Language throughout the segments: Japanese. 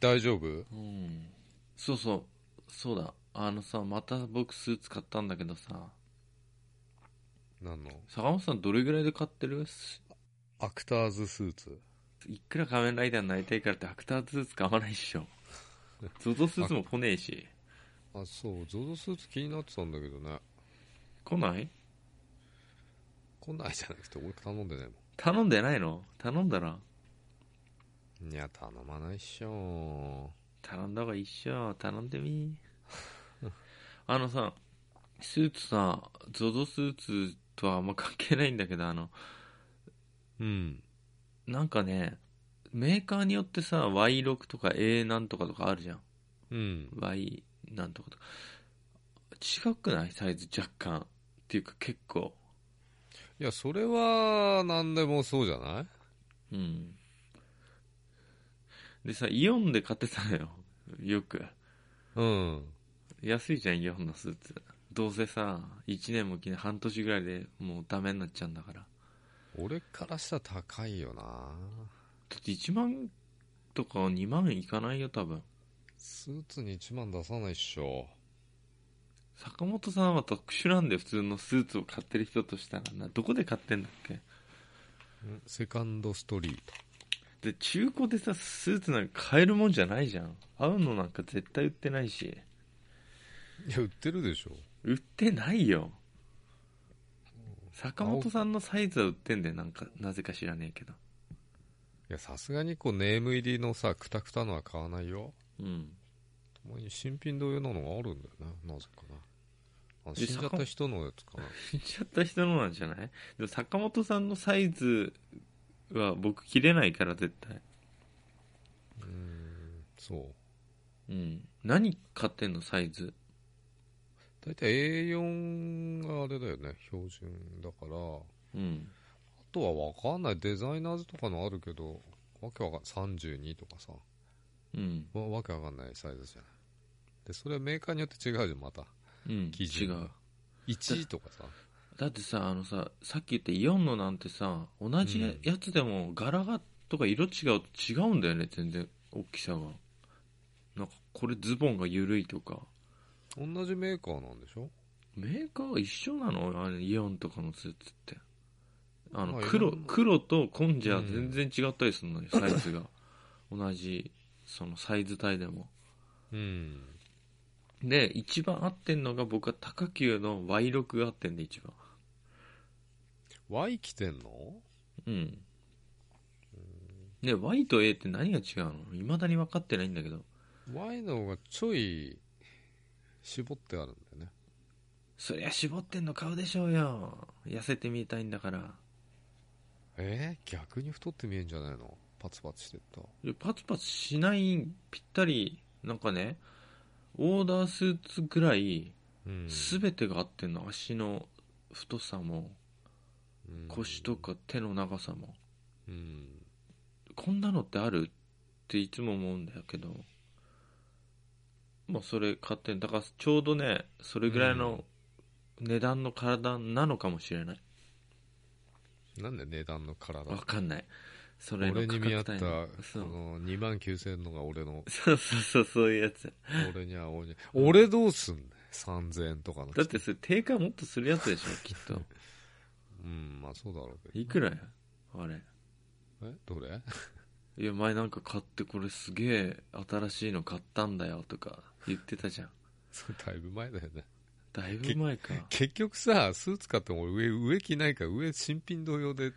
大丈夫うんそうそうそうだあのさまた僕スーツ買ったんだけどさ何の坂本さんどれぐらいで買ってるすアクターズスーツいくら仮面ライダーになりたいからってアクタースーツ買わないっしょゾゾスーツも来ねえしあそうゾゾスーツ気になってたんだけどね来ない来ないじゃなくて俺頼んでないも頼んでないの頼んだらんいや頼まないっしょ頼んだ方がいいっしょ頼んでみあのさスーツさ ZOZO スーツとはあんま関係ないんだけどあのうんなんかねメーカーによってさ Y6 とか A なんとかとかあるじゃんうん、 Y なんとかとか違くないサイズ若干っていうか結構いやそれは何でもそうじゃないうんでさイオンで買ってたのよよくうん安いじゃんイオンのスーツどうせさ1年も着ない半年ぐらいでもうダメになっちゃうんだから俺からしたら高いよなだって1万とか2万いかないよ多分スーツに1万出さないっしょ坂本さんは特殊なんで普通のスーツを買ってる人としたらなどこで買ってんだっけんセカンドストリートで中古でさスーツなんか買えるもんじゃないじゃん合うのなんか絶対売ってないしいや売ってるでしょ売ってないよ坂本さんのサイズは売ってんだよなんかなぜか知らねえけどいやさすがにこうネーム入りのさクタクタのは買わないようんたまに新品同様なのがあるんだよねなぜかなあのえ死んじゃった人のやつかな死んじゃった人のなんじゃないでも坂本さんのサイズは僕切れないから絶対うーんそううん何買ってんのサイズ大体 A4 があれだよね標準だからあうんとは分かんないデザイナーズとかのあるけどわけわかん32とかさうんわわけわかんないサイズじゃないでそれはメーカーによって違うじゃんまたうん生地違う1とかさだってさあのささっき言ったイオンのなんてさ同じやうんやつでも柄がとか色違うと違うんだよね全然大きさがなんかこれズボンが緩いとか同じメーカーなんでしょメーカーが一緒なのあれイオンとかのスーツってあのまあい黒ろんな黒と紺じゃうん全然違ったりするのよ、サイズが同じそのサイズ帯でもうんで一番合ってんのが僕は高級の Y6 が合ってんで一番 Y 着てんのうんで Y と A って何が違うの未だに分かってないんだけど Y の方がちょい絞ってあるんだよねそりゃ絞ってんの買うでしょうよ痩せてみたいんだからえー逆に太って見えんじゃないのパツパツしてったでパツパツしないぴったりなんかねオーダースーツぐらいうん全てが合ってんの足の太さもうん腰とか手の長さもうんこんなのってあるっていつも思うんだけどまあそれ買ってんだからちょうどねそれぐらいの値段の体なのかもしれないなんで値段の体わかんないそれの俺に見合価った格こ帯のそうの2万9000円のが俺のそうそうそうそういうやつ俺には俺に俺どうすんねん3000円とかのだってそれ定価もっとするやつでしょきっとうんまあそうだろうけいくらやあれどえど れいや前なんか買ってこれすげえ新しいの買ったんだよとか言ってたじゃんそれだいぶ前だよねだいぶ前か結局さスーツ買っても俺上上着ないから上新品同様で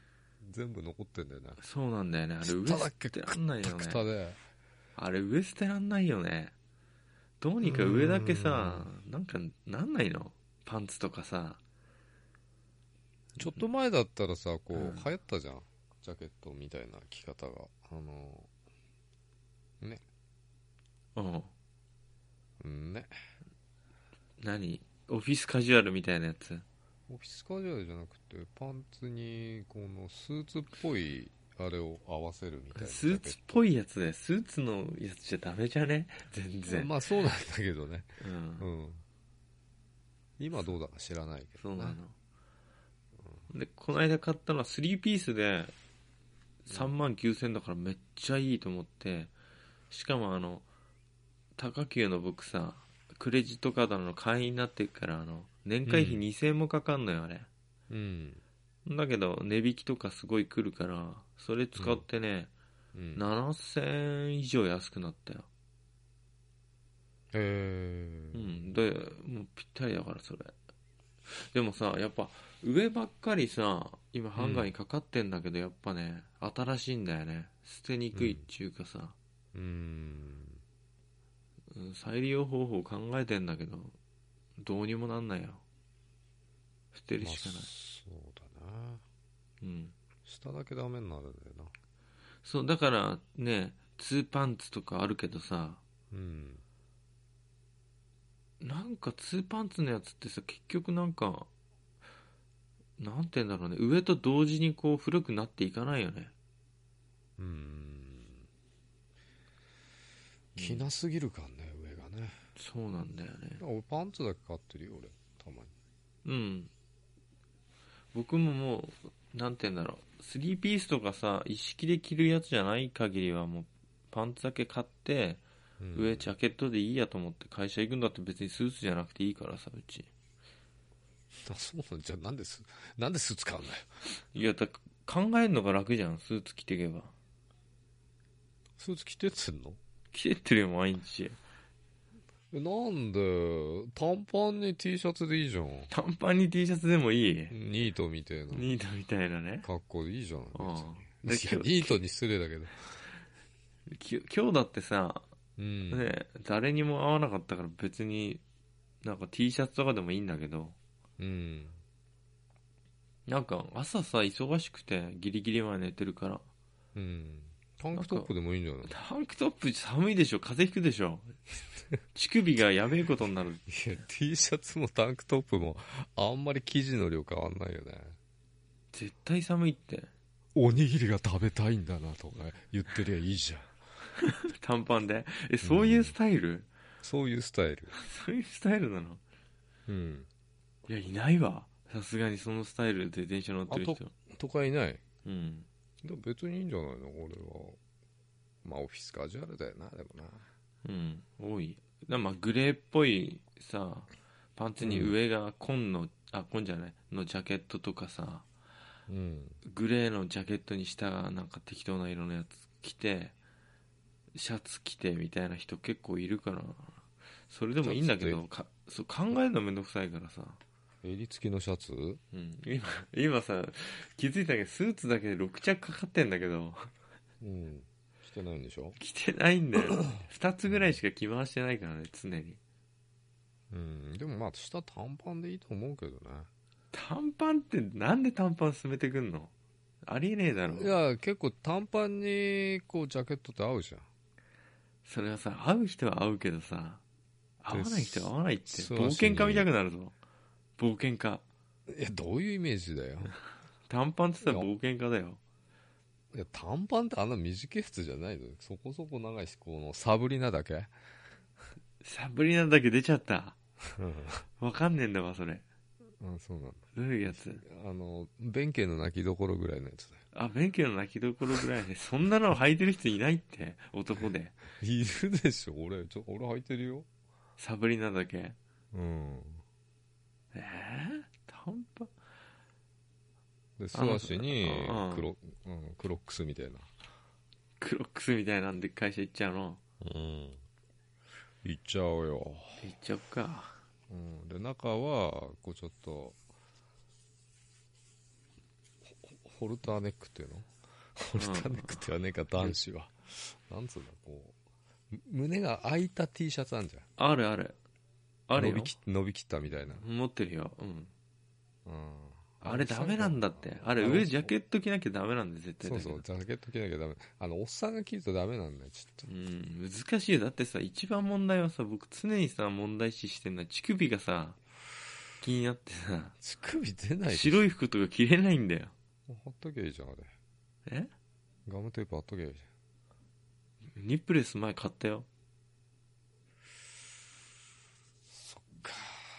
全部残ってんだよねそうなんだよねあれちょっ上とだ捨けてらんないよタクねタであれ上捨てらんないよねどうにか上だけさうなんかなんないのパンツとかさちょっと前だったらさこううん流行ったじゃんジャケットみたいな着方があのうんうんね何オフィスカジュアルみたいなやつオフィスカジュアルじゃなくてパンツにこのスーツっぽいあれを合わせるみたいなスーツっぽいやつねスーツのやつじゃダメじゃね全然、まあそうなんだけどねう、うんん今どうだか知らないけどそうねなの、でこの間買ったのは3ピースで3万9000だからめっちゃいいと思ってしかもあの高級の僕さクレジットカードの会員になってっからあの年会費うん2000円もかかんのよあれ、うん。だけど値引きとかすごい来るからそれ使ってね、うん。 7000円以上安くなったよへえう。んでもうぴったりだからそれでもさやっぱ上ばっかりさ今ハンガーにかかってんだけど、やっぱね新しいんだよね捨てにくいっていうかさ、うん。うん再利用方法を考えてんだけどどうにもなんないよ捨てるまあしかない、そうだな。うん、下だけダメになるんだよな。そうだからねツーパンツとかあるけどさうん。なんかツーパンツのやつってさ結局なんかなんて言うんだろうね上と同時にこう古くなっていかないよねうん。着なすぎるかんね、上がね。そうなんだよね俺パンツだけ買ってるよ、俺。たまに。うん僕ももうなんて言うんだろうスリーピースとかさ一式で着るやつじゃない限りはもうパンツだけ買ってうん上ジャケットでいいやと思って会社行くんだって別にスーツじゃなくていいからさうちあそうなんじゃあなんですなんでスーツ買うんだよいやだ考えるのが楽じゃんスーツ着てけばスーツ着てっつんの着てってるよ毎日えなんで短パンに T シャツでいいじゃん短パンに T シャツでもいいニートみたいなニートみたいなね格好でいいじゃんうん別だにいやニートに失礼だけどき今日だってさ、うん、ね、誰にも合わなかったから別になんか T シャツとかでもいいんだけどうんなんか朝さ忙しくてギリギリまで寝てるからうんタンクトップでもいいんじゃないタンクトップ寒いでしょ風邪ひくで しょ乳首がやべえことにないるや T シャツもタンクトップもあんまり生地の量変わんないよね絶対寒いっておにぎりが食べたいんだなとか言ってりゃいいじゃん短パンでえそういうスタイル、そういうスタイルそういうスタイルなのうんいやいないわさすがにそのスタイルで電車乗ってる人あとかいないうんでも別にいいんじゃないの俺はまあオフィスカジュアルだよなでもなうん多いだまあグレーっぽいさパンツに上が紺の、あ紺じゃないのジャケットとかさうんグレーのジャケットに下がなんか適当な色のやつ着てシャツ着てみたいな人結構いるからそれでもいいんだけシャどかそう考えるのめんどくさいからさ、襟付きのシャツうん、今今さ気づいたけどスーツだけで6着かかってんだけど うんしてないんでしょ着てないんだ よ2つぐらいしか着回してないからね常にうんでもまあ下短パンでいいと思うけどね短パンってなんで短パン進めてくんのありえねえだろいや結構短パンにこうジャケットって合うじゃんそれはさ合う人は合うけどさ合わない人は合わないってそうだ冒し険家見たくなるぞ冒険家いやどういうイメージだよ短パンって言ったら冒険家だよ いや短パンってあんな短いやつじゃないのそこそこ長いしこのサブリナだけサブリナだけ出ちゃったうわかんねえんだわそれんあそうなんだどういうやつあの弁慶の泣きどころぐらいのやつだよあ免許の泣きどころぐらいでそんなの履いてる人いないって男でいるでしょ俺ちょ俺履いてるよサブリナだけうんえー、短パンで素足にあのうんクロ,、うん、クロックスみたいなクロックスみたいなんで会社行っちゃうのうん行っちゃおうよ、行っちゃおっかうん、で中はこうちょっとほほホルターネックっていうのホルターネックって言わねえか男子はなんつうんだこうむ胸が開いた T シャツあんじゃんあるあるあ伸るよびき伸びきったみたいな、持ってるようんうん、あれダメなんだってあれあの上ジャケット着なきゃダメなんで絶対そだうけどそうジャケット着なきゃダメあのおっさんが着るとダメなんだよちょっうん難しいよだってさ一番問題はさ僕常にさ問題視してんのは乳首がさ気になってさと乳首出ないでしょ白い服とか着れないんだよほっとけばいいじゃんあれえガムテープ貼っとけばいいじゃんニップレス前買ったよ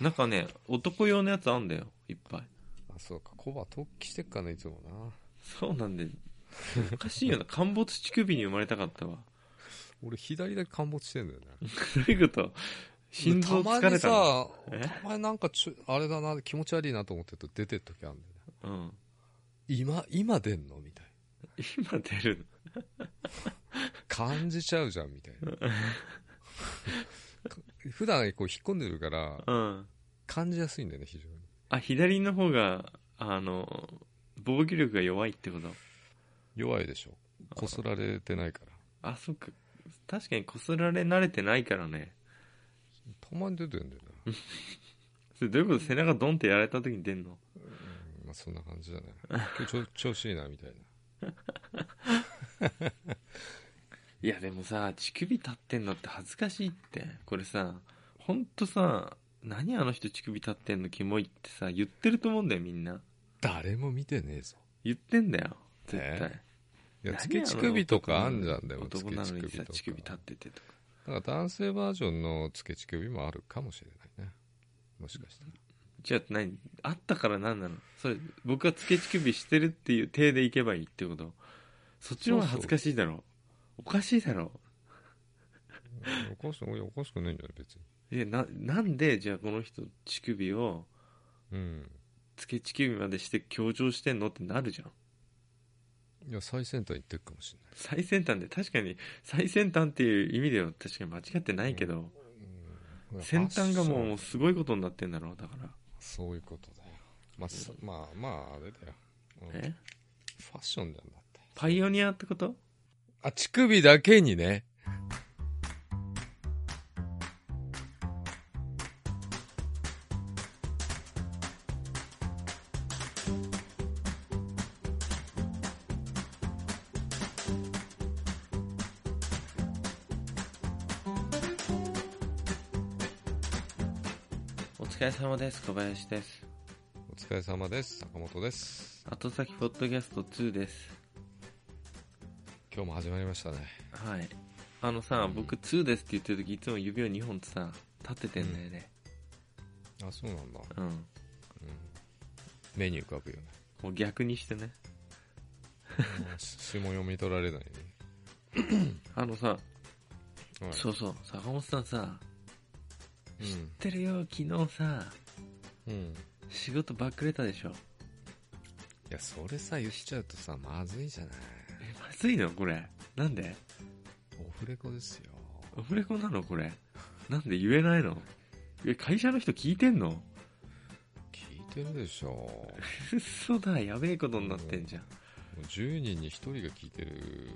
なんかね男用のやつあんだよいっぱいあそうかコバ突起してっかねいつもなそうなんでおかしいよな陥没乳首に生まれたかったわ俺左だけ陥没してんだよね。どういうこと心臓疲れたたのまにえさ、たまになんかちょ、あれだな、気持ち悪いなと思ってると出てる時あるんだよね。うん。今、今出んのみたい今出るな。感じちゃうじゃん、みたい な。普段こう引っ込んでるから、のうん。感じやすいんだよね、非常に。あ、左の方が、あの、防御力が弱いってこと弱いでしょ。こすられてないから。あ、そっか。確かにこすられ慣れてないからね。たまに出てるんだよな。それどういうこと背中ドンってやられた時に出んのうんまあそんな感じだね。今日ちょ調子いいな、みたいな。いやでもさ、乳首立ってんのって恥ずかしいって。これさ、ほんとさ、何あの人乳首立ってんのキモいってさ、言ってると思うんだよみんな。誰も見てねえぞ。言ってんだよ。絶対。ねいや、何つけ乳首とかあんじゃんだよ、つけ男なのにさ、乳乳首首立とっか。ててとか。だから男性バージョンのつけ乳首もあるかもしれないね。もしかしたら。 じゃあ何あったから何なのそれ、僕はつけ乳首してるっていう体でいけばいいってことそっちの方が恥ずかしいだろ。おかしいだろ。おかしく、いやおかしくないんじゃない別に。いや、な、なんでじゃあこの人乳首を、うん。つけ乳首までして強調してんのってなるじゃん。いや、最先端行ってるかもしれない。最先端で確かに最先端っていう意味では確かに間違ってないけど、うん先端がファッショもうンすごいことになってんだろうだからそういうことだよ。まあ、そまあ、まあ、あれだよ。うんフえァッションじゃんだって。パイオニアってことあ、乳首だけにね。お疲れ様です小林ですお疲れ様です。坂本です。後先ポッドキャスト2です今日も始まりましたね。はいあのさ、うん僕2ですって言ってる時いつも指を2本ってさ立ててんだよねあ、そうなんだ。うん、うん、目に浮かぶよね。もう逆にしてねうんし指紋読み取られないね。あのさ、はいそうそう坂本さんさう知っんてるよ昨日さうん。仕事ばっくれたでしょいや、それさ、言っちゃうとさ、まずいじゃない。えまずいのこれなんでオフレコですよ。オフレコなのこれ。なんで言えないのえ、会社の人聞いてんの聞いてるでしょ。も嘘だ、やべえことになってんじゃん。う10人に1人が聞いてる。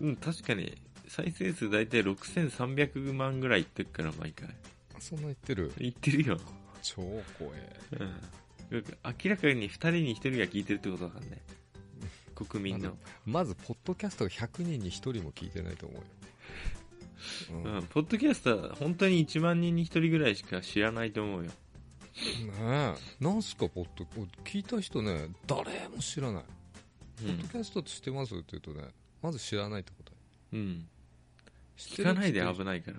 うん、確かに、再生数大体6300万ぐらいいってるから、毎回。あそんな言ってる。言ってるよ。超怖え。うん。明らかに2人に1人が聞いてるってこと だからね。国民の。まず、ポッドキャストが100人に1人も聞いてないと思うよ。うんうん、ポッドキャストは本当に1万人に1人ぐらいしか知らないと思うよ。ねえなんすかポッド聞いた人ね誰も知らない、うポッドん。キャストって知ってますって言うとねまず知らないってことうん。知って聞るかないで知って危ないから。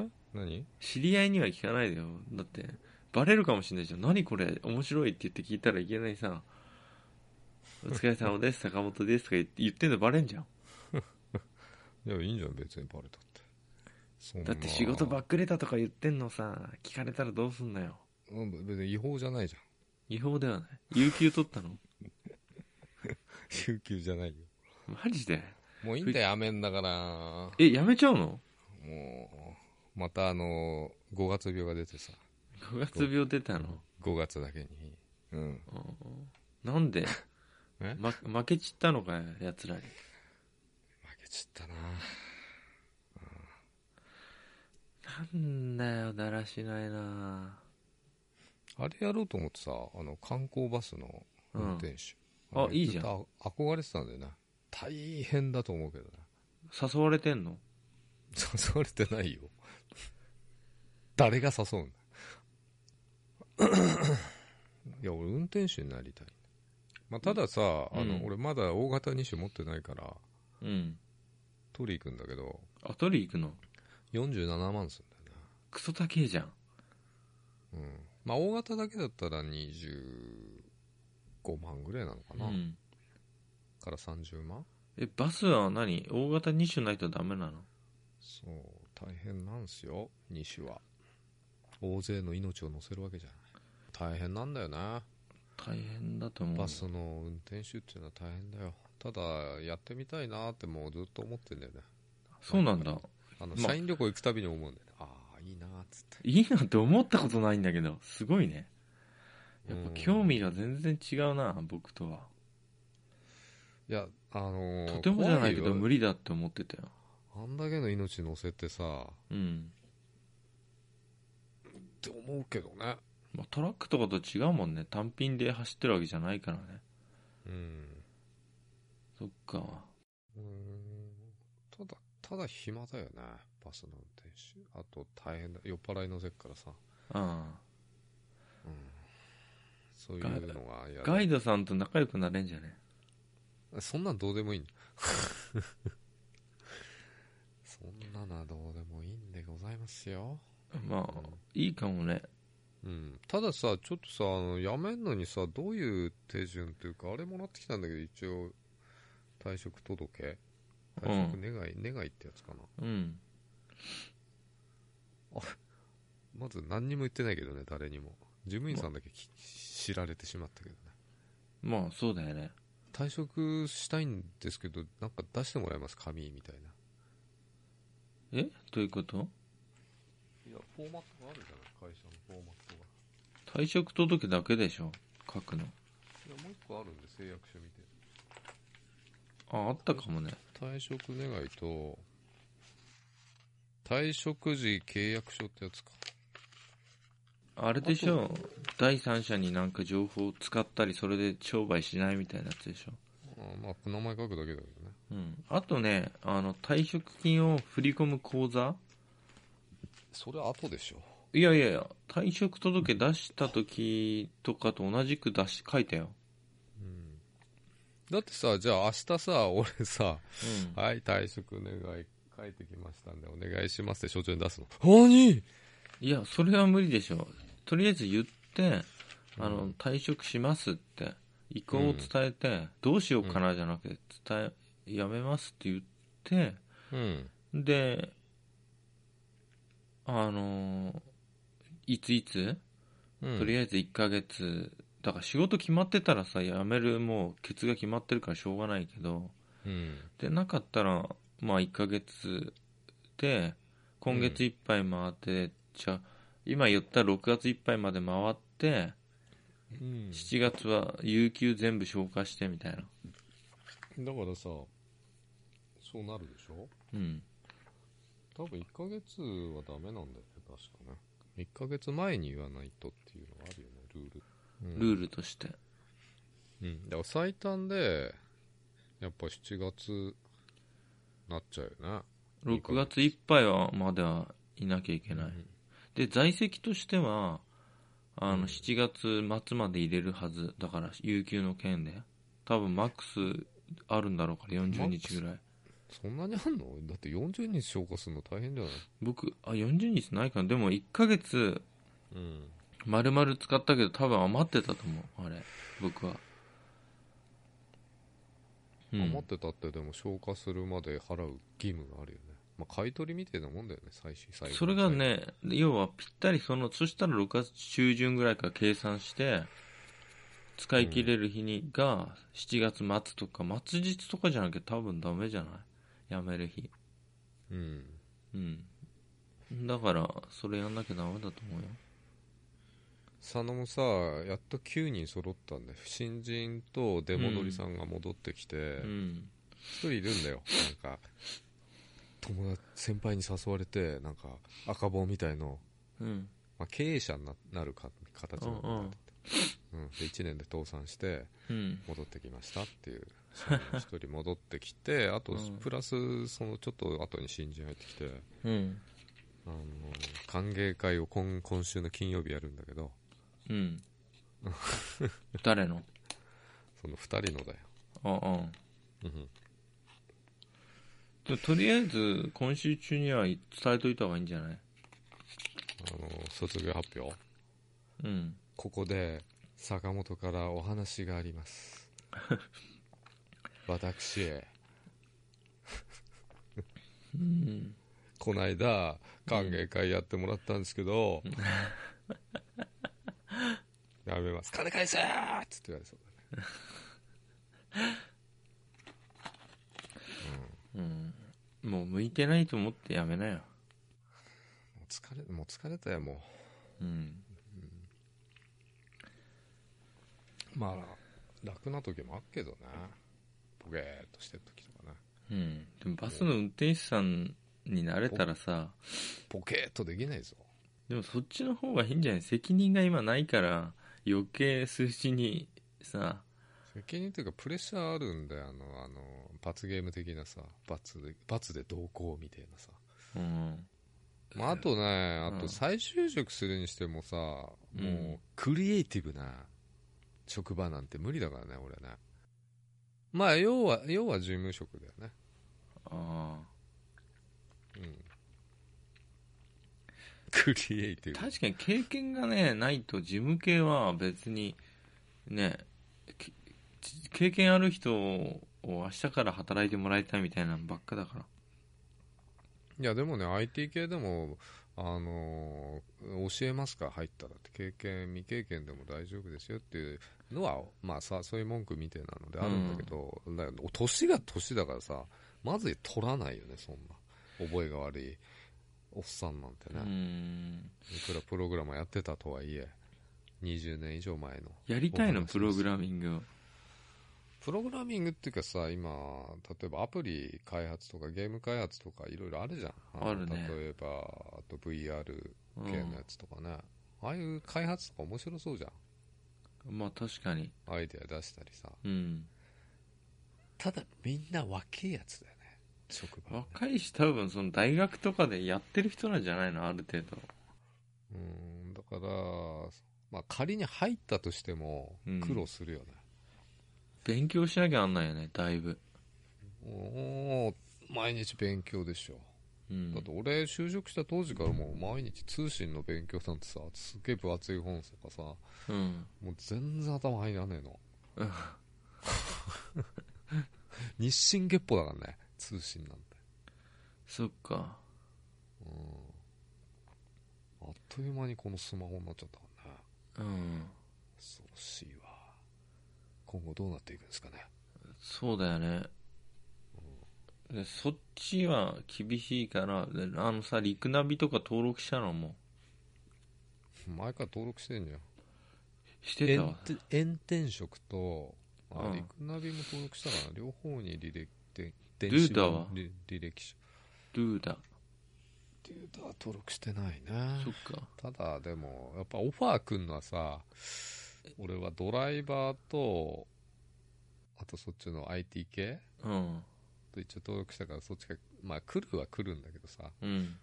るえ何知り合いには聞かないでよだってバレるかもしれないじゃん何これ面白いって言って聞いたらいけないさ「お疲れ様です坂本です」とか言って言ってんのバレんじゃんいやいいんじゃん別にバレたってそんなだって仕事ばっくれたとか言ってんのさ聞かれたらどうすんのようん別に違法じゃないじゃん 違法ではない有給取ったの有給じゃないよマジでもういいんだよ雨んだからえやめちゃうのもうまたあの5月病が出てさ5月病出たの、 5月だけにうんうんなんで えま、負けちったのかよやつらに負けちったななんだよだらしないなあれやろうと思ってさあの観光バスの運転手、うんあれいいじゃんずっとあ憧れてたんだよな大変だと思うけどな誘われてんの誘われてないよ誰が誘うんだいや俺運転手になりたい、まあ、たださ、あうんの俺まだ大型二種持ってないからうん取り行くんだけどあ取り行くの47万すんだよクソ高えじゃんなうんまあ大型だけだったら25万ぐらいなのかな、うん、から30万えバスは何大型2種ないとダメなのそう大変なんですよ西は大勢の命を乗せるわけじゃない大変なんだよな大変だと思うバスの運転手っていうのは大変だよただやってみたいなってもうずっと思ってんだよねそうなんだあのまあ社員旅行行くたびに思うんだよね、ああいいなっつっていいなって思ったことないんだけどすごいねやっうぱん興味が全然違うな僕とはいやあのーとてもじゃないけ怖どよ無理だって思ってたよあんだけの命乗せてさうん、って思うけどねまあ、トラックとかと違うもんね単品で走ってるわけじゃないからねうんそっかうーんただただ暇だよねバスの運転手あと大変だ酔っ払いのせっからさ、あうん、そういうのがあ嫌だガイドさんと仲良くなれんじゃねそんなんどうでもいいん そんなのはどうでもいいんでございますよ、まあいいかもねうん、たださちょっとさあのやめんのにさどういう手順っていうかあれもらってきたんだけど一応退職届退職願い、願いってやつかなうんまず何にも言ってないけどね誰にも事務員さんだけき知られてしまったけどねまあそうだよね退職したいんですけどなんか出してもらえます紙みたいなえどういうこといやフォーマットがあるじゃない会社のフォーマットが退職届だけでしょ書くのいやもう一個あるんで誓約書見てああったかもね退職願いと退職時契約書ってやつかあれでしょ第三者になんか情報を使ったりそれで商売しないみたいなやつでしょあまあ名前書くだけだけどねうんあとねあの退職金を振り込む口座それ後でしょいやいやいや退職届出した時とかと同じく出し書いたようんだってさじゃあ明日さ俺さうんはい、退職願い書いてきましたんで、お願いしますって所長に出すの。何いやそれは無理でしょとりあえず言ってあうのん退職しますって意向を伝えて、どうしようかなじゃなくて伝えやめますって言ってうん。であのいついつうんとりあえず1ヶ月、だから仕事決まってたらさ辞めるもうケツが決まってるからしょうがないけどうん。でなかったらまあ1ヶ月で今月いっぱい回って、じゃあ今言った6月いっぱいまで回ってうん。 7月は有給全部消化してみたいなだからさ、そうなるでしょうん多分1ヶ月はダメなんだよね、確かね。1ヶ月前に言わないとっていうのはあるよね、ルール。うん、ルル。ールとしてうん。だから最短で、やっぱ7月、なっちゃうよね。いいか6も月いっぱいはまではいなきゃいけない、うんで在籍としてはあうんの7月末まで入れるはずだから有給の件で多分マックスあるんだろうから40日ぐらいそんなにあんのだって40日消化するの大変じゃない僕あ40日ないかなでも1ヶ月うん。丸々使ったけど多分余ってたと思うあれ僕は、うん余ってたってでも消化するまで払う義務があるよね、まあ、買い取りみたいなもんだよね最終最後それがね要はぴったりそのそしたら6月中旬ぐらいから計算して使い切れる日に、が7月末とか末日とかじゃなきゃ多分ダメじゃないやめる日うんうんだからそれやんなきゃダメだと思うよ佐野もさやっと9人揃ったんで新人と出戻りさんが戻ってきて、うん一人いるんだよなんか友達先輩に誘われてなんか赤棒みたいの、うんまあ、経営者にななるか形なんだうんうんって言って、うん、で1年で倒産してうん戻ってきましたっていう社員が一人戻ってき てあとうんプラスそのちょっと後に新人入ってきて、うんあの歓迎会を今今週の金曜日やるんだけどうん誰のその2人のだよ、ああうん、でとりあえず今週中には伝えといた方がいいんじゃないあの卒業発表うんここで坂本からお話があります 私へうんこの間歓迎会やってもらったんですけど、やめます金返せーっつって言われそううんもう向いてないと思ってやめなよもう疲れもう疲れたよもうんうまあ楽な時もあっけどねポケーっとしてる時とかねうんでもバスの運転手さんになれたらさポケーっとできないぞでもそっちの方がいいんじゃない責任が今ないから余計数字にさ責任というかプレッシャーあるんだよあのあの罰ゲーム的なさ罰で罰で同行みたいなさ、うんまあ、あとねあうとん再就職するにしてもさ、うんもうクリエイティブな職場なんて無理だからね俺ねまあ要は要は事務職だよね あうんクリエイティあブ確かに経験がねないと事務系は別にねき経験ある人を明日から働いてもらいたいみたいなのばっかだからいやでもね IT 系でもあのー教えますか入ったらって経験未経験でも大丈夫ですよっていうのはまあさそういう文句みたいなのであるんだけど、だけど年が年だからさまず取らないよねそんな覚えが悪いおっさんなんてね、いうんくらプログラマーやってたとはいえ20年以上前のやりたいお話のですプログラミングをプログラミングっていうかさ今例えばアプリ開発とかゲーム開発とかいろいろあるじゃんのあるね例えばあと VR うん系のやつとかね、ああいう開発とか面白そうじゃんまあ確かにアイデア出したりさうんただみんな若いやつだよね職場、ね、若いし多分その大学とかでやってる人なんじゃないのある程度うんだから、まあ、仮に入ったとしてもうん苦労するよね、勉強しなきゃあんないよねだいぶおー毎日勉強でしょうんだって俺就職した当時からもう毎日通信の勉強なんてさすげえ分厚い本とかさもうんう全然頭入らねえ のうん日進月歩だからね通信なんてそっかうんあっという間にこのスマホになっちゃったからねうん恐ろしいわ今後どうなっていくんですかねそうだよねでそっちは厳しいからであのさリクナビとか登録したのも前から登録してんじゃんしてたわ炎天炎天職とあ、うんリクナビも登録したから両方に履歴で電ルーターは履履歴書ルーダルーターは登録してないなそっかただでもやっぱオファーくんのはさ俺はドライバーとあとそっちの IT 系うんと一応登録したからそっちがまあ来るは来るんだけどさうん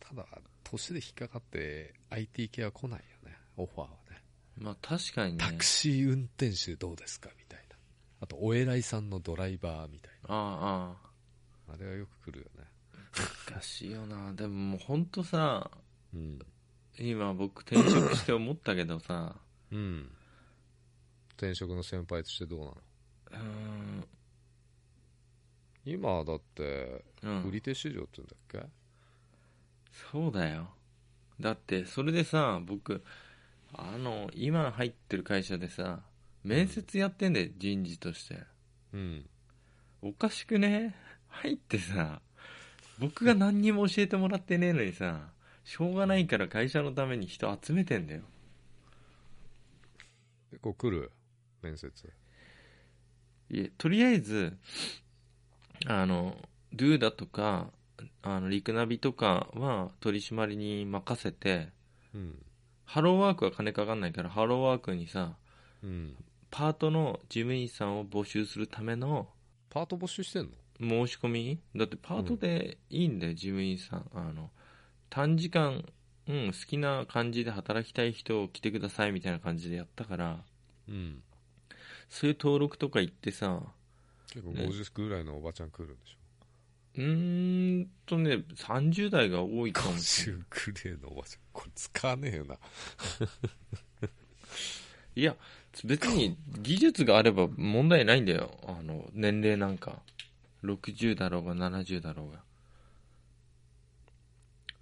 ただ年で引っかかって IT 系は来ないよねオファーはねまあ確かにねタクシー運転手どうですかみたいなあとお偉いさんのドライバーみたいあああなあれはよく来るよねあ難しいよなでももうほんとさうん、今僕転職して思ったけどさうん、転職の先輩としてどうなのうーん今だってうん売り手市場って言うんだっけ、そうだよだってそれでさ僕あの今入ってる会社でさ面接やってんだよ、人事としてうんおかしくね入ってさ僕が何にも教えてもらってねえのにさしょうがないから会社のために人集めてんだよ結構来る面接いえとりあえずあの Do だとかあのリクナビとかは取締りに任せてうんハローワークは金かかんないからハローワークにさうんパートの事務員さんを募集するためのパート募集してんの申し込みだってパートでいいんだよ、事務員さんあの短時間、うん、好きな感じで働きたい人を来てくださいみたいな感じでやったからうんそういう登録とか行ってさ結構ね50ぐらいのおばちゃん来るんでしょうーんとね30代が多いかもしれない50ぐらいのおばちゃんこれ使わねえよないや別に技術があれば問題ないんだよあの年齢なんか60だろうが70だろうが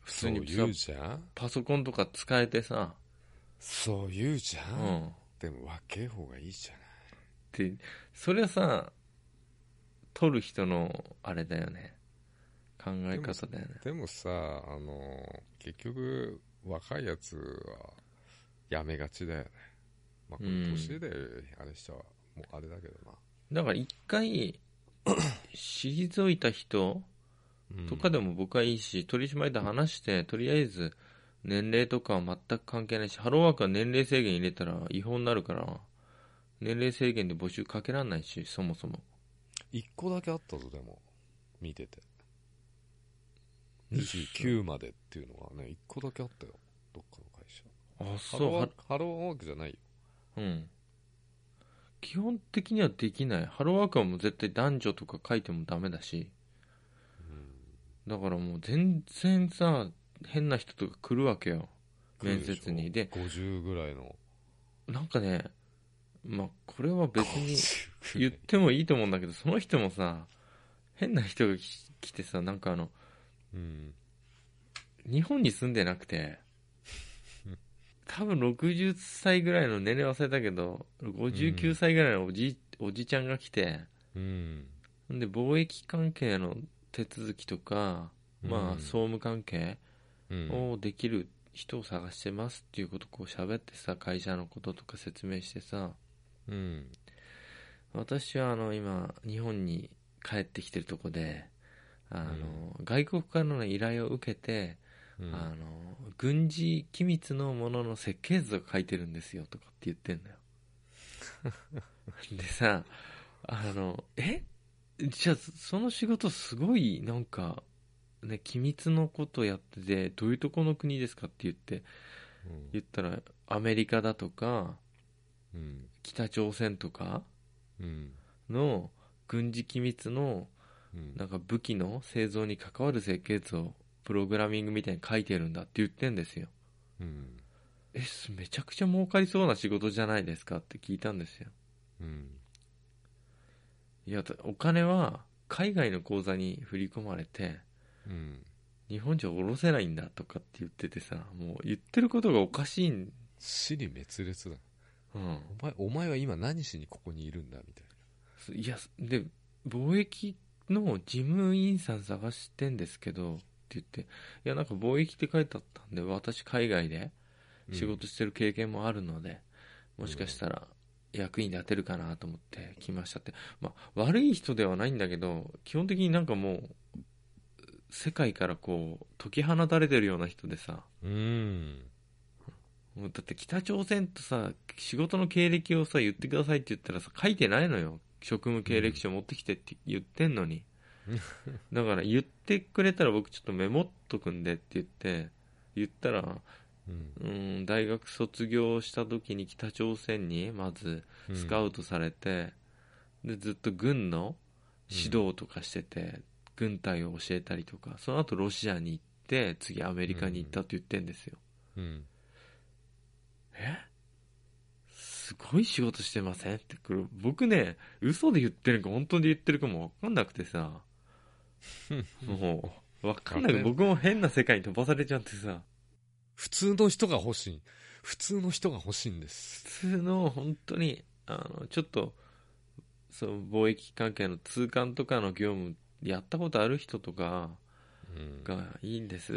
通そうにさ言うじゃんパソコンとか使えてさ、そう言うじゃ、うんん。でも若え方がいいじゃないで、そりゃさ、撮る人のあれだよね。考え方だよね。でもさあの結局若いやつはやめがちだよねまあこれうん年であれしちゃうもうあれだけどな、だから一 回、 退いた人とかでも僕はいいし、取り締まりで話して、とりあえず、年齢とかは全く関係ないし、ハローワークは年齢制限入れたら違法になるから、年齢制限で募集かけらんないし、そもそも。 1個だけあったぞでも見てて29までっていうのはね1個だけあったよどっかの会社あ、ハそローう、ワはークハローワークじゃないようん。基本的にはできない。ハローワークはもう絶対男女とか書いてもダメだし。だからもう全然さ、変な人とか来るわけよ。面接にで50ぐらいのなんかね、まあ、これは別に50ぐ言っらいてもいいと思うんだけど、その人もさ、変な人がき来てさ、なんかあの、うん日本に住んでなくて、多分60歳ぐらいの年齢忘れたけど、59歳ぐらいのおじ,、おじちゃんが来て、うんんで貿易関係の手続きとか、うまあん総務関係うんをできる人を探してますっていうことをこう喋ってさ会社のこととか説明してさうん私はあの今日本に帰ってきてるとこであの、外国からの依頼を受けて、うんあの軍事機密のものの設計図を書いてるんですよとかって言っ てんだよでさあのえじゃあその仕事すごいなんかね機密のことやっててどういうとこの国ですかって言ってうん言ったらアメリカだとかうん北朝鮮とかうんの軍事機密のうんなんか武器の製造に関わる設計図をプログラミングみたいに書いてるんだって言ってんですようんえすめちゃくちゃ儲かりそうな仕事じゃないですかって聞いたんですようんいやだお金は海外の口座に振り込まれてうん日本じゃ下ろせないんだとかって言っててさもう言ってることがおかしいん尻滅裂だうんお前お前は今何しにここにいるんだみたいすいやすで貿易の事務員さん探してんですけどって言っていやなんか貿易って書いてあったんで私海外でな仕事してる経験もあるので、もしかしたら役に立てるかなと思って来ましたって、まあ、悪い人ではないんだけど基本的になんかもう世界からこう解き放たれてるような人でさうんもうだって北朝鮮とさ仕事の経歴をさ言ってくださいって言ったらさ書いてないのよ職務経歴書持ってきてって言ってんのに、だから言ってくれたら僕ちょっとメモっとくんでって言って言ったらうんうん、大学卒業した時に北朝鮮にまずうんスカウトされて、でずっと軍の指導とかしてて、軍隊を教えたりとかその後ロシアに行って次アメリカに行ったって言ってんですよ、うんえすごい仕事してませんってこれ僕ね嘘で言ってるか本当で言ってるかも分かんなくてさ もう分かんなく僕も変な世界に飛ばされちゃってさ普通の人が欲しい普通の人が欲しいんです普通の本当にあのちょっとその貿易関係の通関とかの業務やったことある人とかうんがいいんですっ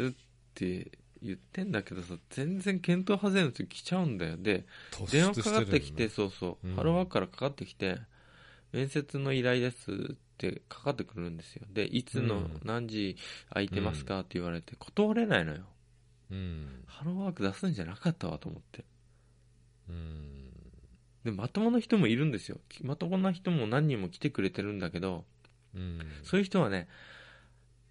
て言ってんだけどさ全然検討外れの時来ちゃうんだよで突出電話しかかってるきよてねそうそう、うんハローワークからかかってきて面接の依頼ですってかかってくるんですよでいつうのん何時空いてますかって言われて断れないのようんハローワーク出すんじゃなかったわと思ってうんでまともな人もいるんですよきまともな人も何人も来てくれてるんだけどうんそういう人はね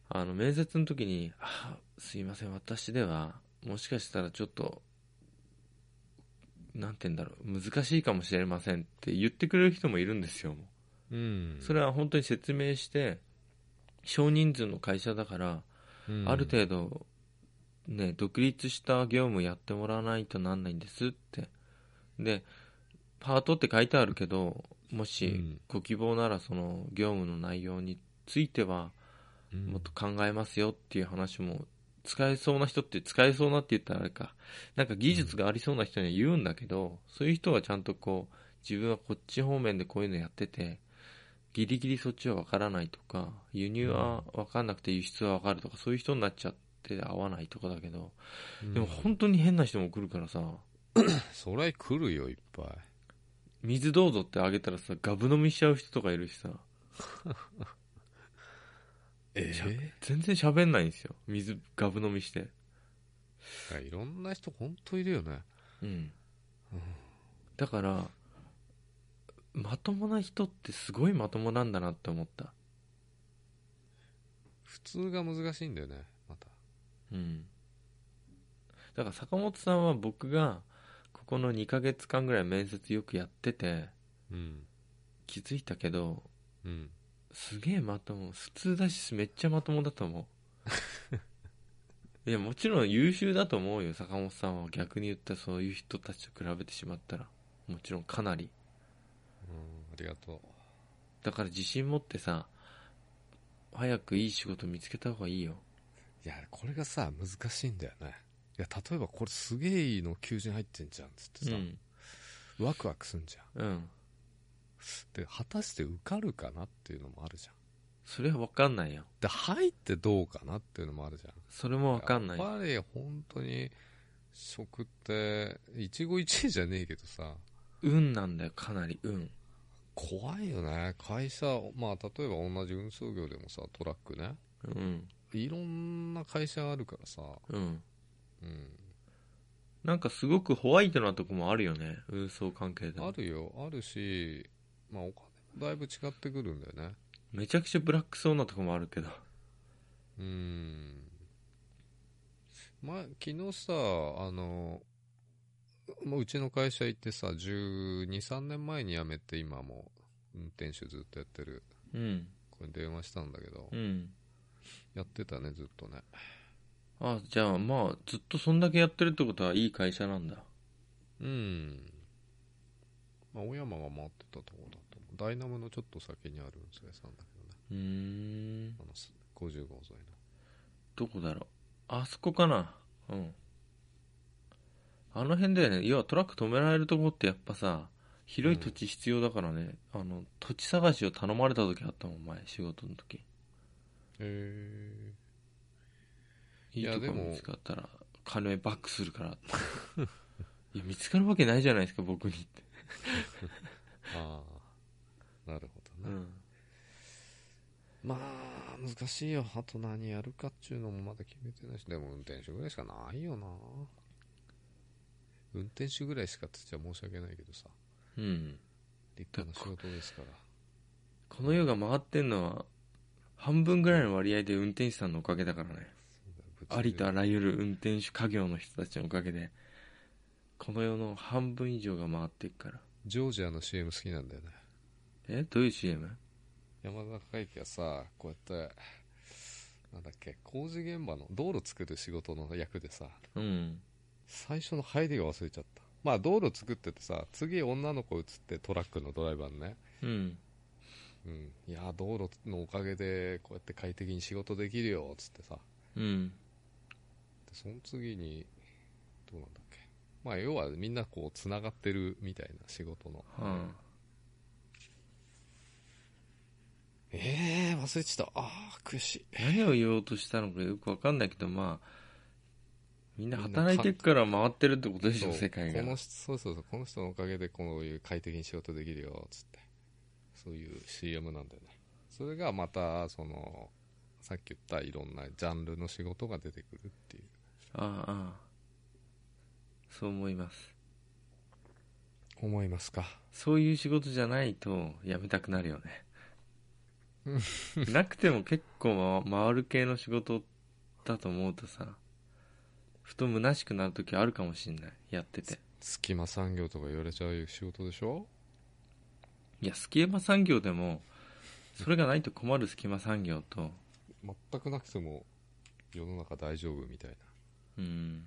あの面接の時に「あすいません私ではもしかしたらちょっとなんて言うんだろう難しいかもしれません」って言ってくれる人もいるんですよもうんうそれは本当に説明して少人数の会社だからうんある程度、ね、独立した業務やってもらわないとなんないんですって。で、パートって書いてあるけど、もうしんご希望ならその業務の内容についてはうんもっと考えますよっていう話も使えそうな人って使えそうなって言ったらあれかなんか技術がありそうな人には言うんだけど、そういう人はちゃんとこう自分はこっち方面でこういうのやっててギリギリそっちは分からないとか輸入は分かんなくて輸出は分かるとかそういう人になっちゃって合わないとかだけど、でもうん本当に変な人も来るからさそりゃ来るよいっぱい水どうぞってあげたらさガブ飲みしちゃう人とかいるしさえしゃ全然喋んないんですよ水ガブ飲みしていやいろんな人本当いるよねうんだからまともな人ってすごいまともなんだなって思った普通が難しいんだよねまたうんだから坂本さんは僕がここの2ヶ月間ぐらい面接よくやっててうん気づいたけどうんすげえまとも普通だしめっちゃまともだと思ういやもちろん優秀だと思うよ坂本さんは逆に言ったらそういう人たちと比べてしまったらもちろんかなりうんありがとだから自信持ってさ早くいい仕事見つけた方がいいよういやこれがさ難しいんだよねいや例えばこれすげえいいの求人入ってんじゃんっつってさ、うんワクワクすんじゃんうんで果たして受かるかなっていうのもあるじゃんそれは分かんないよで入ってどうかなっていうのもあるじゃんそれも分かんないやっぱり本当に食って一期一会じゃねえけどさ運なんだよかなり運怖いよね会社まあ例えば同じ運送業でもさトラックねうんいろんな会社あるからさ、うんうん、なんかすごくホワイトなとこもあるよね運送関係でもあるよあるしまあお金もだいぶ違ってくるんだよねめちゃくちゃブラックそうなとこもあるけどうんまあ昨日さあのまあうちの会社行ってさ1 2 3年前に辞めて今も運転手ずっとやってるうんこれ電話したんだけど、うんやってたねずっとねあじゃあまあずっとそんだけやってるってことはいい会社なんだうんまあ小山が回ってたとこだと思うダイナムのちょっと先にある運送屋さんだけどねうーんあの50号沿いのどこだろうあそこかなうんあの辺だよね要はトラック止められるとこってやっぱさ広い土地必要だからね、あの土地探しを頼まれた時あったもん前仕事の時へいいいやとこでも見つかったら金バックするからって いや見つかるわけないじゃないですか僕にって、えああなるほどうね、ん、まあ難しいよあと何やるかっちゅうのもまだ決めてないしでも運転手ぐらいしかないよな運転手ぐらいしかって言っちゃ申し訳ないけどさうん、立派な仕事ですからこの世が回ってんのは半分ぐらいの割合で運転手さんのおかげだからねありとあらゆる運転手家業の人たちのおかげでこの世の半分以上が回っていくからジョージアの CM 好きなんだよねえどういう CM? 山田孝之がさこうやってなんだっけ工事現場の道路作る仕事の役でさうん最初の入りが忘れちゃったまあ道路作っててさ次女の子映ってトラックのドライバーのねうんうん、いや道路のおかげでこうやって快適に仕事できるよっつってさうんでその次にどうなんだっけまあ要はみんなこうつながってるみたいな仕事の、はええー、忘れてたああ悔しいあ、何を言おうとしたのかよくわかんないけどまあみんな働いてくから回ってるってことでしょそう世界がこの人そうそうそうこの人のおかげでこういう快適に仕事できるよっつってそういう CM なんだよねそれがまたそのさっき言ったいろんなジャンルの仕事が出てくるっていうああああそう思います思いますかそういう仕事じゃないと辞めたくなるよ ねなくても結構ま回る系の仕事だと思うとさふと虚しくなる時あるかもしんないやってて隙間産業とか言われちゃう仕事でしょいや隙間産業でもそれがないと困る隙間産業と全くなくても世の中大丈夫みたいなうん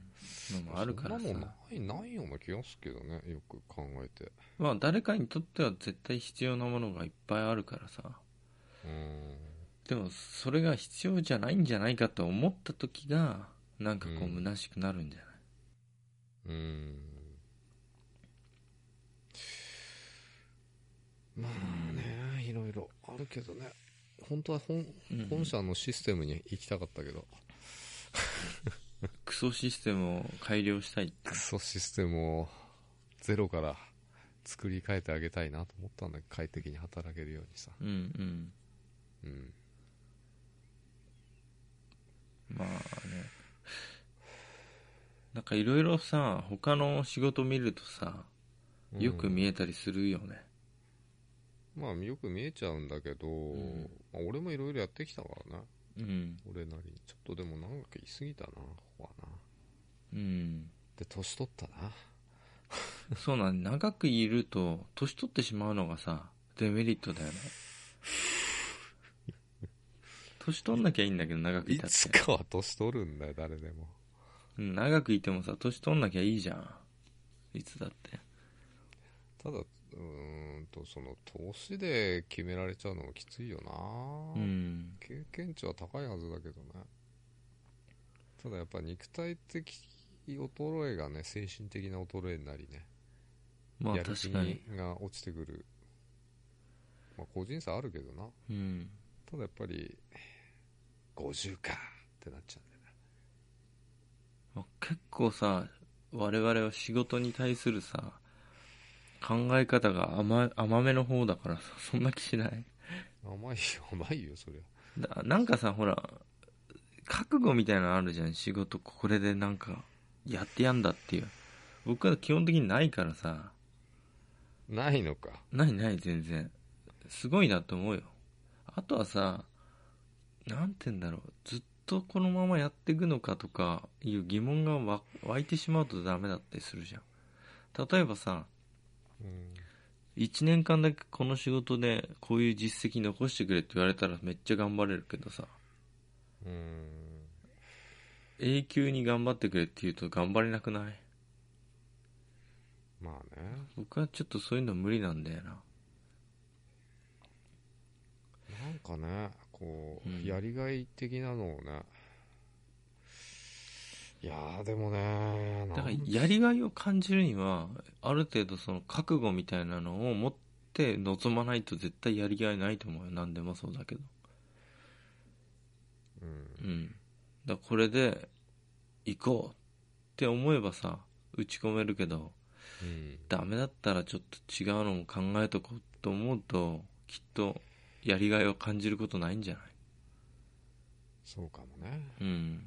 のもあるからさそんなもんないないような気がするけどねよく考えてまあ誰かにとっては絶対必要なものがいっぱいあるからさうーんでもそれが必要じゃないんじゃないかと思った時がなんかこううん虚しくなるんじゃない、うーんまあねいろいろあるけどね本当は本うん本社のシステムに行きたかったけど、クソシステムを改良したいってクソシステムをゼロから作り変えてあげたいなと思ったんだけど快適に働けるようにさ、うんうんうん、まあねなんかいろいろさ他の仕事見るとさよく見えたりするよね、まあよく見えちゃうんだけど、んまあ俺もいろいろやってきたからなうん、俺なりにちょっとでもなんか言い過ぎたなここはなうん、で年取ったなそうなん長くいると年取ってしまうのがさデメリットだよね年取んなきゃいいんだけど長くいいたってつかは年取るんだよ誰でもうん長くいてもさ年取んなきゃいいじゃんいつだってただうーんとその年で決められちゃうのもきついよな、うん経験値は高いはずだけどねただやっぱ肉体的衰えがね精神的な衰えになりね、まあやる気確かにが落ちてくる、まあ、個人差あるけどなうんただやっぱり50かってなっちゃうんだよねまあ結構さ我々は仕事に対するさ考え方が甘甘めの方だからさそんな気しない甘いよ甘いよそりゃだなんかさほら覚悟みたいなのあるじゃん仕事これでなんかやってやんだっていう僕は基本的にないからさないのかないない全然すごいなと思うよあとはさなんて言うんだろうずっとこのままやっていくのかとかいう疑問がわ湧いてしまうとダメだったりするじゃん例えばさうん1年間だけこの仕事でこういう実績残してくれって言われたらめっちゃ頑張れるけどさうーん永久に頑張ってくれって言うと頑張れなくないまあね僕はちょっとそういうの無理なんだよななんかねこう、うんやりがい的なのをねいやーでもねだからなんやりがいを感じるにはある程度その覚悟みたいなのを持って望まないと絶対やりがいないと思うよ何でもそうだけどうんうんだからこれで行こうって思えばさ打ち込めるけどうんダメだったらちょっと違うのも考えとこうと思うときっとやりがいを感じることないんじゃないそうかもねうん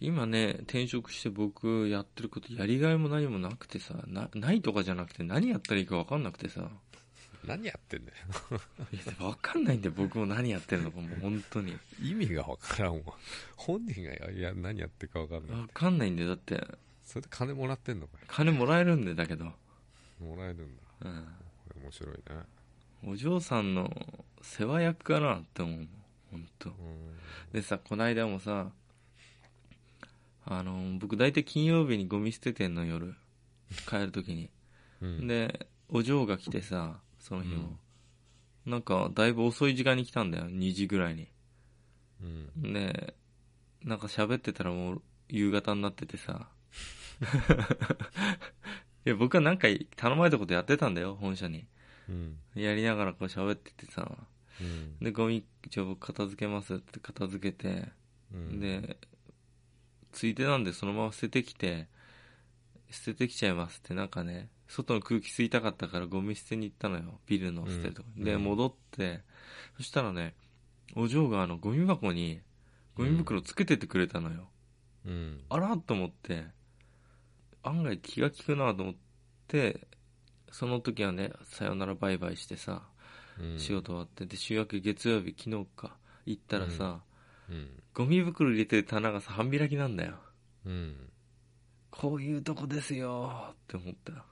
今ね転職して僕やってることやりがいも何もなくてさなないとかじゃなくて何やったらいいか分かんなくてさ何やってんだよいや分かんないんだよ僕も何やってるのかもう本当に意味がわからんわ本人がやいや何やってるかわかんない分かんないんだよだってそれで金もらってんのかよ金もらえるんでだけど、もらえるんだうん、これ面白いねお嬢さんの世話役かなって思う本当うんでさこないだもさあの僕大体金曜日にゴミ捨ててんの夜帰る時にうんでお嬢が来てさその日も、なんかだいぶ遅い時間に来たんだよ2時ぐらいにうんでなんか喋ってたらもう夕方になっててさ いや僕はなんか頼まれたことやってたんだよ本社にうんやりながらこう喋っててさうんでゴミじゃあ僕片付けますって片付けてうんでついてなんでそのまま捨ててきて捨ててきちゃいますってなんかね外の空気吸いたかったからゴミ捨てに行ったのよビルの捨てるとこ、うんでうん戻ってそしたらねお嬢があのゴミ箱にゴミ袋つけててくれたのよ、うんあらと思って案外気が利くなと思ってその時はねさよならバイバイしてさうん仕事終わってで週明け月曜日昨日か行ったらさ、うんゴミ袋入れてる棚がさ半開きなんだようんこういうとこですよって思 った。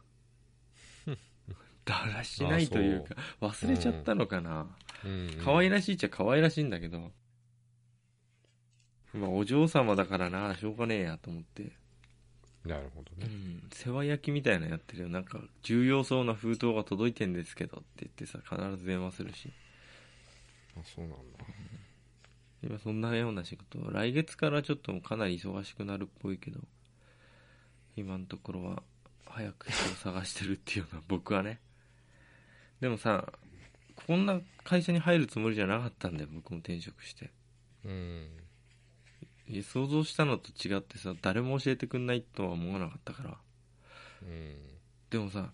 だらしないというか、忘れちゃったのかな。うん可愛らしいっちゃ可愛らしいんだけど、まあお嬢様だからな、しょうがねえやと思って。なるほどうねん、世話焼きみたいなのやってるよ。なんか、重要そうな封筒が届いてんですけどって言ってさ、必ず電話するし。あそうなんだ今そんなような仕事来月からちょっともうかなり忙しくなるっぽいけど今のところは早く人を探してるっていうのは僕はねでもさこんな会社に入るつもりじゃなかったんだよ僕も転職してうんいや想像したのと違ってさ誰も教えてくんないとは思わなかったからうんでもさ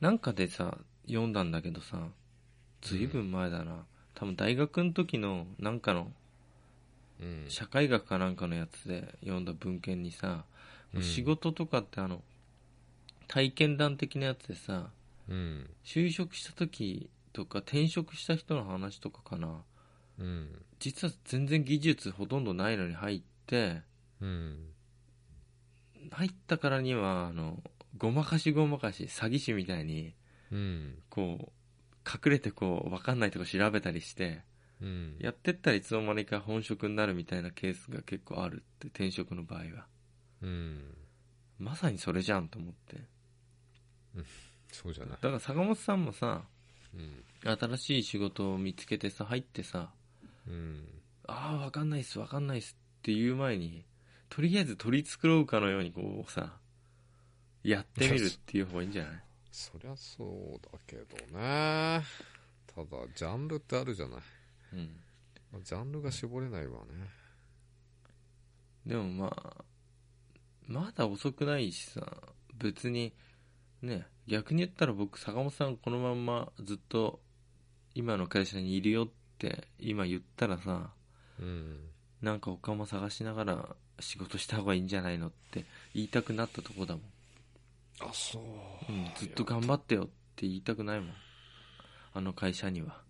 なんかでさ読んだんだけどさずいぶん前だな、多分大学の時のなんかのうん社会学かなんかのやつで読んだ文献にさ、うん仕事とかってあの体験談的なやつでさうん就職した時とか転職した人の話とかかなうん実は全然技術ほとんどないのに入ってうん入ったからにはあのごまかしごまかし詐欺師みたいにうんこう隠れてこう分かんないとこ調べたりしてうんやってったらいつの間にか本職になるみたいなケースが結構あるって転職の場合はうんまさにそれじゃんと思ってそうじゃないだから坂本さんもさうん新しい仕事を見つけてさ入ってさうんああ分かんないっす分かんないっすっていう前にとりあえず取り繕うかのようにこうさやってみるっていう方がいいんじゃないそりゃそうだけどねただジャンルってあるじゃないうんジャンルが絞れないわねでもまあまだ遅くないしさ別にね逆に言ったら僕坂本さんこのまんまずっと今の会社にいるよって今言ったらさうんなんか他も探しながら仕事した方がいいんじゃないのって言いたくなったとこだもんあそううんずっと頑張ってよって言いたくないもんあの会社には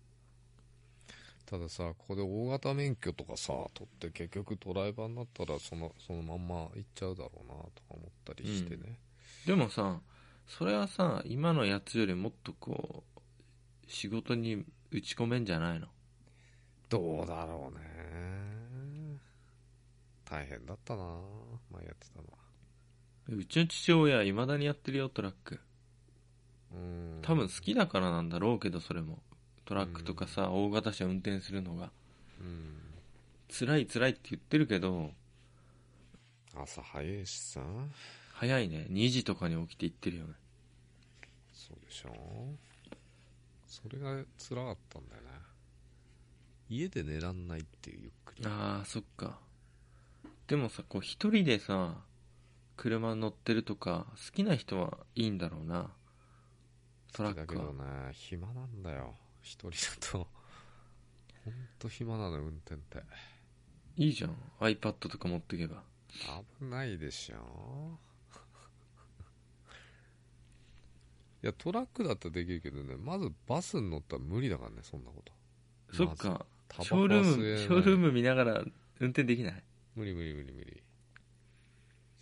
たださここで大型免許とかさ取って結局ドライバーになったらそのそのまんま行っちゃうだろうなとか思ったりしてね、でもさそれはさ今のやつよりもっとこう仕事に打ち込めんじゃないのどうだろうね大変だったな前やってたのはうちの父親いまだにやってるよトラックうん多分好きだからなんだろうけどそれもトラックとかさ、大型車運転するのがうん辛い辛いって言ってるけど朝早いしさ早いね2時とかに起きて行ってるよねそうでしょそれが辛かったんだよね家で寝らんないっていうゆっくりああそっかでもさこう一人でさ車乗ってるとか好きな人はいいんだろうなトラッだクけはどね暇なんだよ一人だとほんと暇なの運転っていいじゃん iPad とか持ってけば危ないでしょいやトラックだったらできるけどねまずバスに乗ったら無理だからねそんなことそっかタバシコョールーム吸えないショールーム見ながら運転できない無理無理無理無理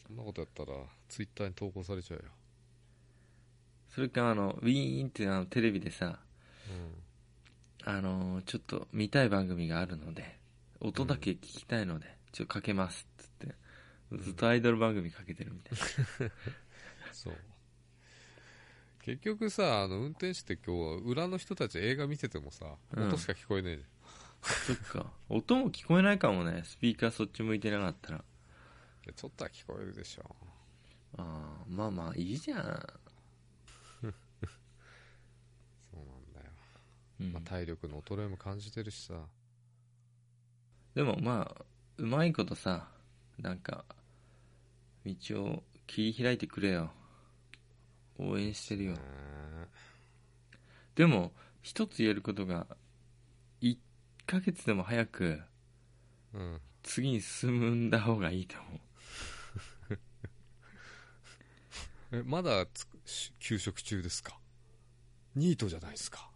そんなことやったらツイッターに投稿されちゃうよ、それかあのウィーンってあのテレビでさうんあのーちょっと見たい番組があるので音だけ聞きたいので、ちょっとかけますっつってずっとアイドル番組かけてるみたいな、そう結局さあの運転して今日は裏の人たち映画見ててもさうん音しか聞こえねえじゃんそっか音も聞こえないかもねスピーカーそっち向いてなかったらいやちょっとは聞こえるでしょあーまあまあいいじゃん、そうなんだよ、うんまあ、体力の衰えも感じてるしさでもまあうまいことさなんか道を切り開いてくれよ応援してるよねでも一つ言えることが1ヶ月でも早くえうん次に進んだ方がいいと思うえまだつくし休職中ですかニートじゃないですか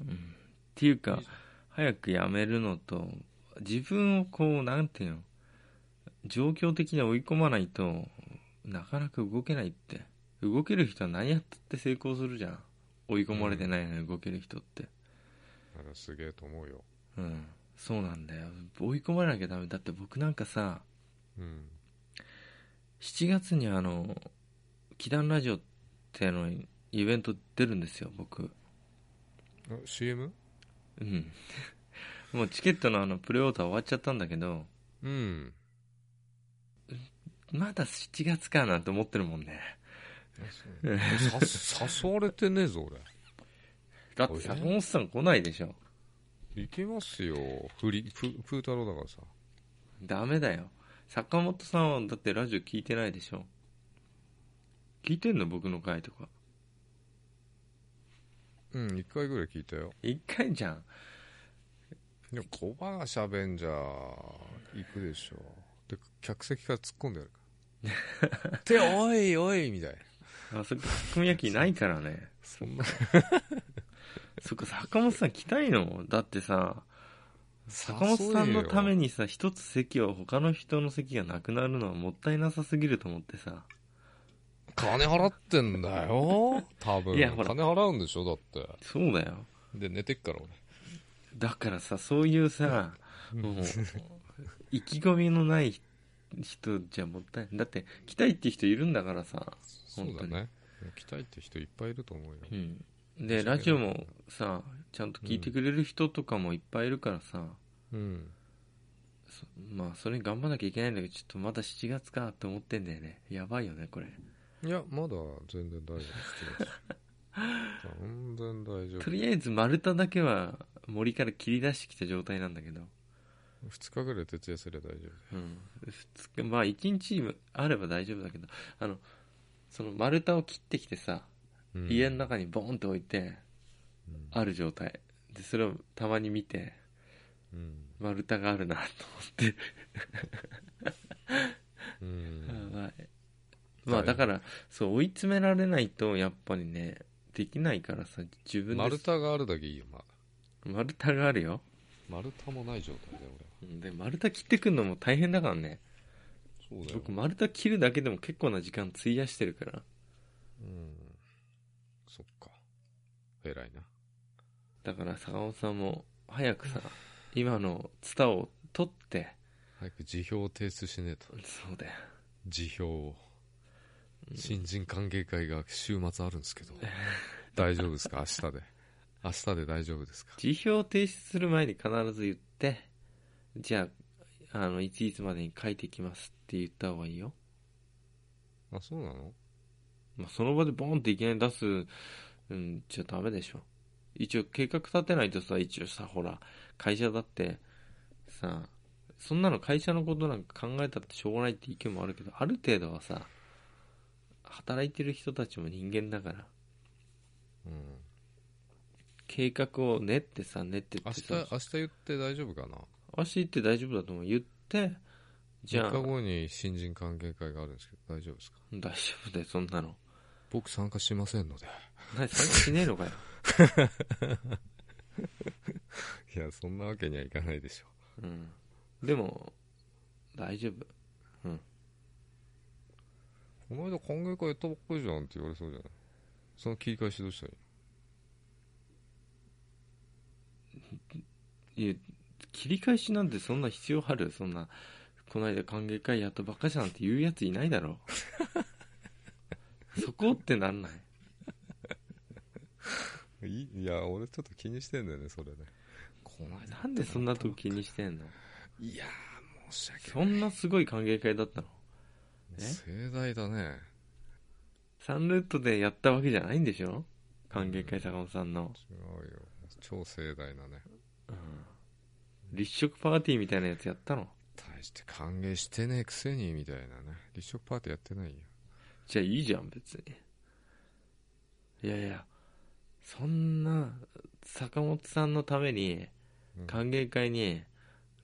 みたいうんっていういかいじ早くやめるのと自分をこうなんていうの状況的に追い込まないとなかなか動けないって動ける人は何やったって成功するじゃん追い込まれてないのに動ける人ってななんかすげえと思うようん、そうなんだよ追い込まれなきゃダメだって僕なんかさうん7月にあの祈願ラジオってのイベント出るんですよ僕あ CM? うんもうチケットのあのプレオーダー終わっちゃったんだけどうんまだ7月かなと思ってるもんねさ誘われてねえぞ俺だって坂本さん来ないでしょ行きますよフリププー太郎だからさダメだよ坂本さんはだってラジオ聞いてないでしょ聞いてんの僕の回とかうん1回ぐらい聞いたよ一回じゃんでも小葉がしゃべんじゃ行くでしょで客席から突っ込んでやるから ておいおいみたいなあそこツッコミ焼きないからねそんなそっか坂本さん来たいのだってさ坂本さんのためにさ一つ席を他の人の席がなくなるのはもったいなさすぎると思ってさ金払ってんだよ多分いやほら金払うんでしょだってそうだよで寝てっから俺だからさそういうさ もう意気込みのない人じゃもったいだって来たいって人いるんだからさそ本うだ当にね来たいって人いっぱいいると思うよ、うん間違でいないラジオもさちゃんと聞いてくれる人とかもいっぱいいるからさ、うん、そまあそれに頑張んなきゃいけないんだけどちょっとまだ7月かと思ってんだよねやばいよねこれいやまだ全然大丈夫です全然大丈と夫りあえず丸太だけは森から切り出してきた状態なんだけど、 2日ぐらい徹夜すれば大丈夫うん、二日まあ1日あれば大丈夫だけどあのその丸太を切ってきてさ、うん家の中にボーンと置いてうんある状態でそれをたまに見てうん丸太があるなと思って、 うんやばいまあだからそう追い詰められないとやっぱりねできないからさ自分で丸太があるだけいいよまだ丸太があるよ丸太もない状態だようんで丸太切ってくんのも大変だからね俺そうだよ僕丸太切るだけでも結構な時間費やしてるからうんそっか偉いなだから坂本さんも早くさ今のツタを取って早く辞表を提出しねえとそうだよ辞表をうん新人歓迎会が週末あるんですけ ど大丈夫ですか明日で明日で大丈夫ですか辞表を提出する前に必ず言ってじゃああのいついつまでに書いてきますって言った方がいいよ、あそうなのまあ、その場でボンっていきなり出す、うん、じゃダメでしょ一応計画立てないとさ一応さほら会社だってさそんなの会社のことなんか考えたってしょうがないって意見もあるけどある程度はさ働いてる人たちも人間だからうん計画を練ってさ練ってっ明て日さ明日言って大丈夫かな足って大丈夫だと思う言ってじゃあ3日後に新人歓迎会があるんですけど大丈夫ですか大丈夫だよそんなの僕参加しませんので何参加しねえのかよいやそんなわけにはいかないでしょうんでも大丈夫この間歓迎会やったばっかりじゃんって言われそうじゃないその切り返しどうしたらいいや切り返しなんてそんな必要あるそんなこの間歓迎会やったばっかじゃんって言うやついないだろ そこってなんないいいいや俺ちょっと気にしてんだよねそれねこの間なんでそんなとこ気にしてんのいやー申し訳そんなすごい歓迎会だったのえ盛大だねサンルートでやったわけじゃないんでしょ歓迎会坂本さんの、違うよ超盛大なね立食パーティーみたいなやつやったの大して歓迎してねえくせにみたいなね立食パーティーやってないよじゃあいいじゃん別にいやいやそんな坂本さんのためにうん歓迎会に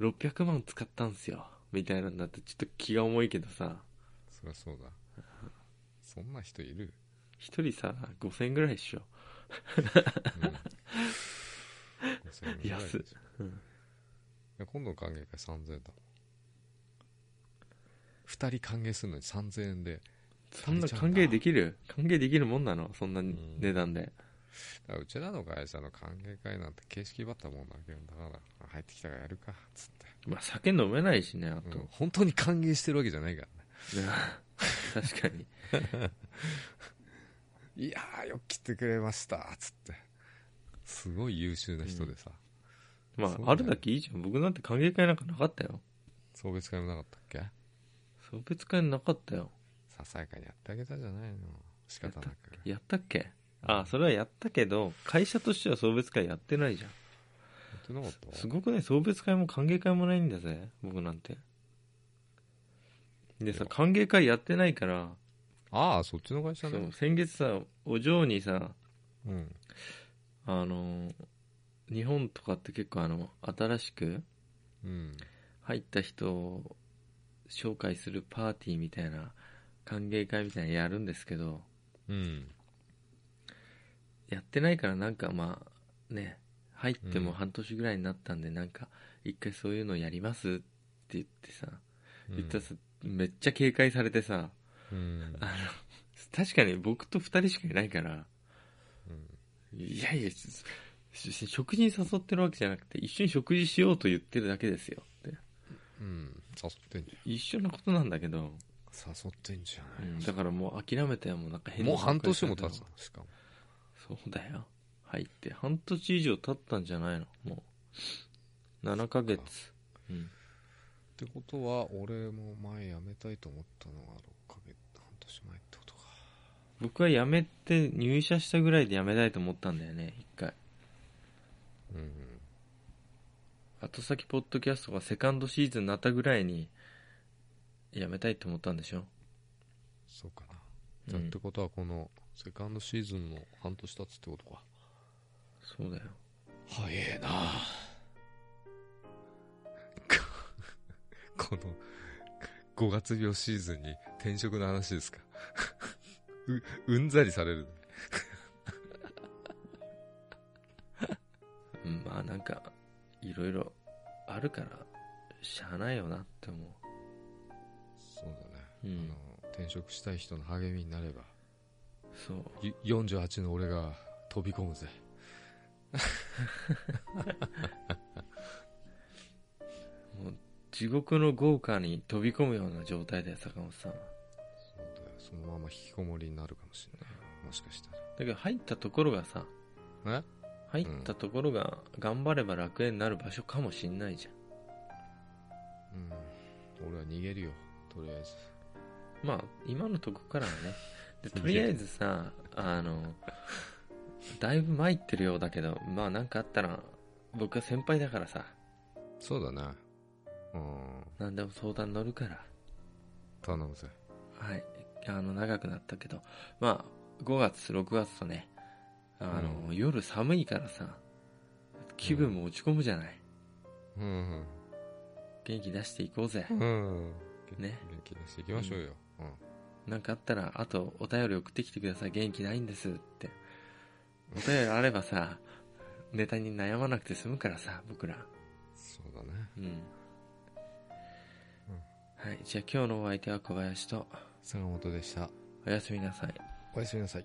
600万使ったんすよみたいなんだってちょっと気が重いけどさそりゃそうだそんな人いる、一人さ5000ぐらいっしょうん、5000円ぐらいでしょ安っうんいや今度の歓迎会3000円だもん2人歓迎するのに3000円でそんな歓迎できる歓迎できるもんなのそんな値段で、だからうちらの会社の歓迎会なんて形式ばったもんだけどだから入ってきたからやるかっつってまあ酒飲めないしねあと、うん本当に歓迎してるわけじゃないからね確かにいやーよく来てくれましたっつってすごい優秀な人でさ、まあ、そうだよあるだけいいじゃん僕なんて歓迎会なんかなかったよ送別会もなかったっけ送別会なかったよささやかにやってあげたじゃないの仕方なくやったっけああそれはやったけど会社としては送別会やってないじゃんやってなかったすごくね送別会も歓迎会もないんだぜ僕なんてでさ歓迎会やってないからああそっちの会社そねう先月さお嬢にさうんあの日本とかって結構あの新しくうん入った人を紹介するパーティーみたいな歓迎会みたいなのやるんですけどうんやってないからなんかまあね入っても半年ぐらいになったんで、なんか一回そういうのやりますって言ってさうん言ったらさ、めっちゃ警戒されてさうんあの確かに僕と2人しかいないからうんいやいやしし食事に誘ってるわけじゃなくて一緒に食事しようと言ってるだけですよってうん誘ってんじ一緒なことなんだけど、ゃん誘ってんじゃうないんだからもう諦めたよもうなんか変なもう半年も経つののしかもそうだよ入って半年以上経ったんじゃないのもう7ヶ月うんってことは俺も前辞めたいと思ったのが6ヶ月半年前ってことか僕は辞めて入社したぐらいで辞めたいと思ったんだよね一回うん後先ポッドキャストがセカンドシーズンになったぐらいに辞めたいと思ったんでしょそうかなじうゃあっんてことはこのセカンドシーズンの半年経つってことかそうだよ早えな この5月病シーズンに転職の話ですか ううんざりされるうんまあなんかいろいろあるからしゃあないよなって思そうだね、う、うん、あの転職したい人の励みになればそうゆ48の俺が飛び込むぜもう地獄の豪華に飛び込むような状態だよ坂本さんはそうだよそのまま引きこもりになるかもしれないもしかしたらだけど入ったところがさえ入ったところが頑張れば楽園になる場所かもしんないじゃん、うん俺は逃げるよとりあえずまあ今のとこからはね で逃げるとりあえずさあのだいぶ参ってるようだけどまあなんかあったら僕は先輩だからさそうだねうん何でも相談乗るから頼むぜはい、あの長くなったけど、まあ、5月、6月とね、あの、夜寒いからさ、気分も落ち込むじゃない。うん元気出していこうぜ。うんね元気出していきましょうよ、うんなんかあったら、あとお便り送ってきてください。元気ないんですって。お便りあればさ、ネタに悩まなくて済むからさ、僕ら。そうだねうん。はい、じゃあ今日のお相手は小林と、坂本でしたおやすみなさい。おやすみなさい